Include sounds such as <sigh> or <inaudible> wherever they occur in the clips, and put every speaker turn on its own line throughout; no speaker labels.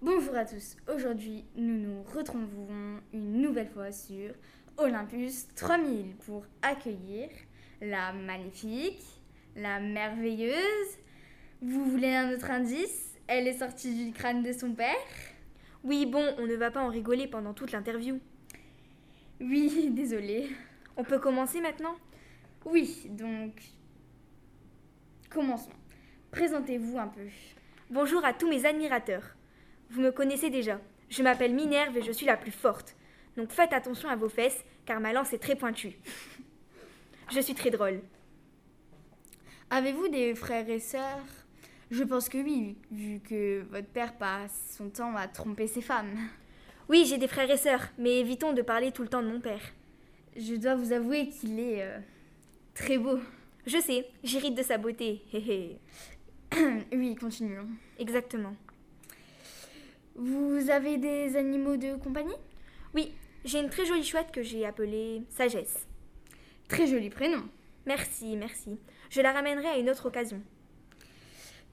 Bonjour à tous, aujourd'hui nous nous retrouvons une nouvelle fois sur Olympus 3000 pour accueillir la magnifique, la merveilleuse. Vous voulez un autre indice Elle est sortie du crâne de son père
Oui, bon, on ne va pas en rigoler pendant toute l'interview.
Oui, <laughs> désolée.
On peut commencer maintenant
Oui, donc commençons. Présentez-vous un peu.
Bonjour à tous mes admirateurs. Vous me connaissez déjà. Je m'appelle Minerve et je suis la plus forte. Donc faites attention à vos fesses, car ma lance est très pointue. je suis très drôle.
Avez-vous des frères et sœurs Je pense que oui, vu que votre père passe son temps à tromper ses femmes.
Oui, j'ai des frères et sœurs, mais évitons de parler tout le temps de mon père.
Je dois vous avouer qu'il est euh, très <coughs> beau.
Je sais, j'hérite de sa beauté. hé hé.
oui, continuons.
Exactement.
Vous avez des animaux de compagnie
Oui, j'ai une très jolie chouette que j'ai appelée Sagesse.
Très joli prénom.
Merci, merci. Je la ramènerai à une autre occasion.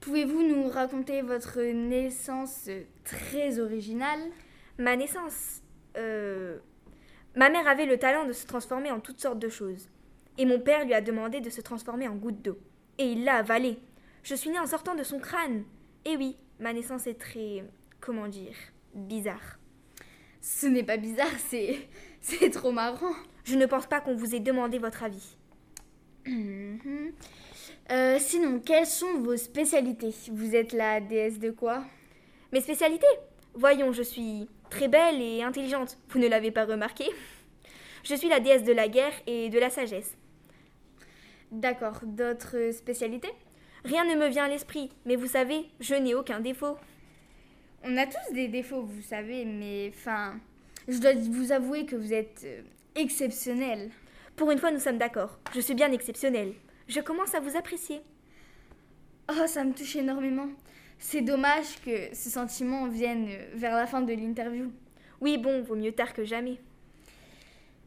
Pouvez-vous nous raconter votre naissance euh, très originale
Ma naissance. euh, Ma mère avait le talent de se transformer en toutes sortes de choses. Et mon père lui a demandé de se transformer en goutte d'eau. Et il l'a avalée. Je suis née en sortant de son crâne. Et oui, ma naissance est très. comment dire. bizarre.
Ce n'est pas bizarre, <laughs> c'est c'est trop marrant.
Je ne pense pas qu'on vous ait demandé votre
<coughs>
avis.
Mhm. Euh, sinon, quelles sont vos spécialités Vous êtes la déesse de quoi
Mes spécialités Voyons, je suis très belle et intelligente. Vous ne l'avez pas remarqué Je suis la déesse de la guerre et de la sagesse.
D'accord, d'autres spécialités
Rien ne me vient à l'esprit, mais vous savez, je n'ai aucun défaut.
On a tous des défauts, vous savez, mais enfin, je dois vous avouer que vous êtes euh, exceptionnel.
Pour une fois, nous sommes d'accord. Je suis bien exceptionnelle. Je commence à vous apprécier.
Oh, ça me touche énormément. C'est dommage que ce sentiment vienne euh, vers la fin de l'interview.
Oui, bon, vaut mieux tard que jamais.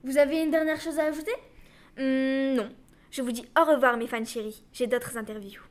Vous avez une dernière chose à ajouter
Hmm, Hum, non. Je vous dis au revoir, mes fans chéris. J'ai d'autres interviews.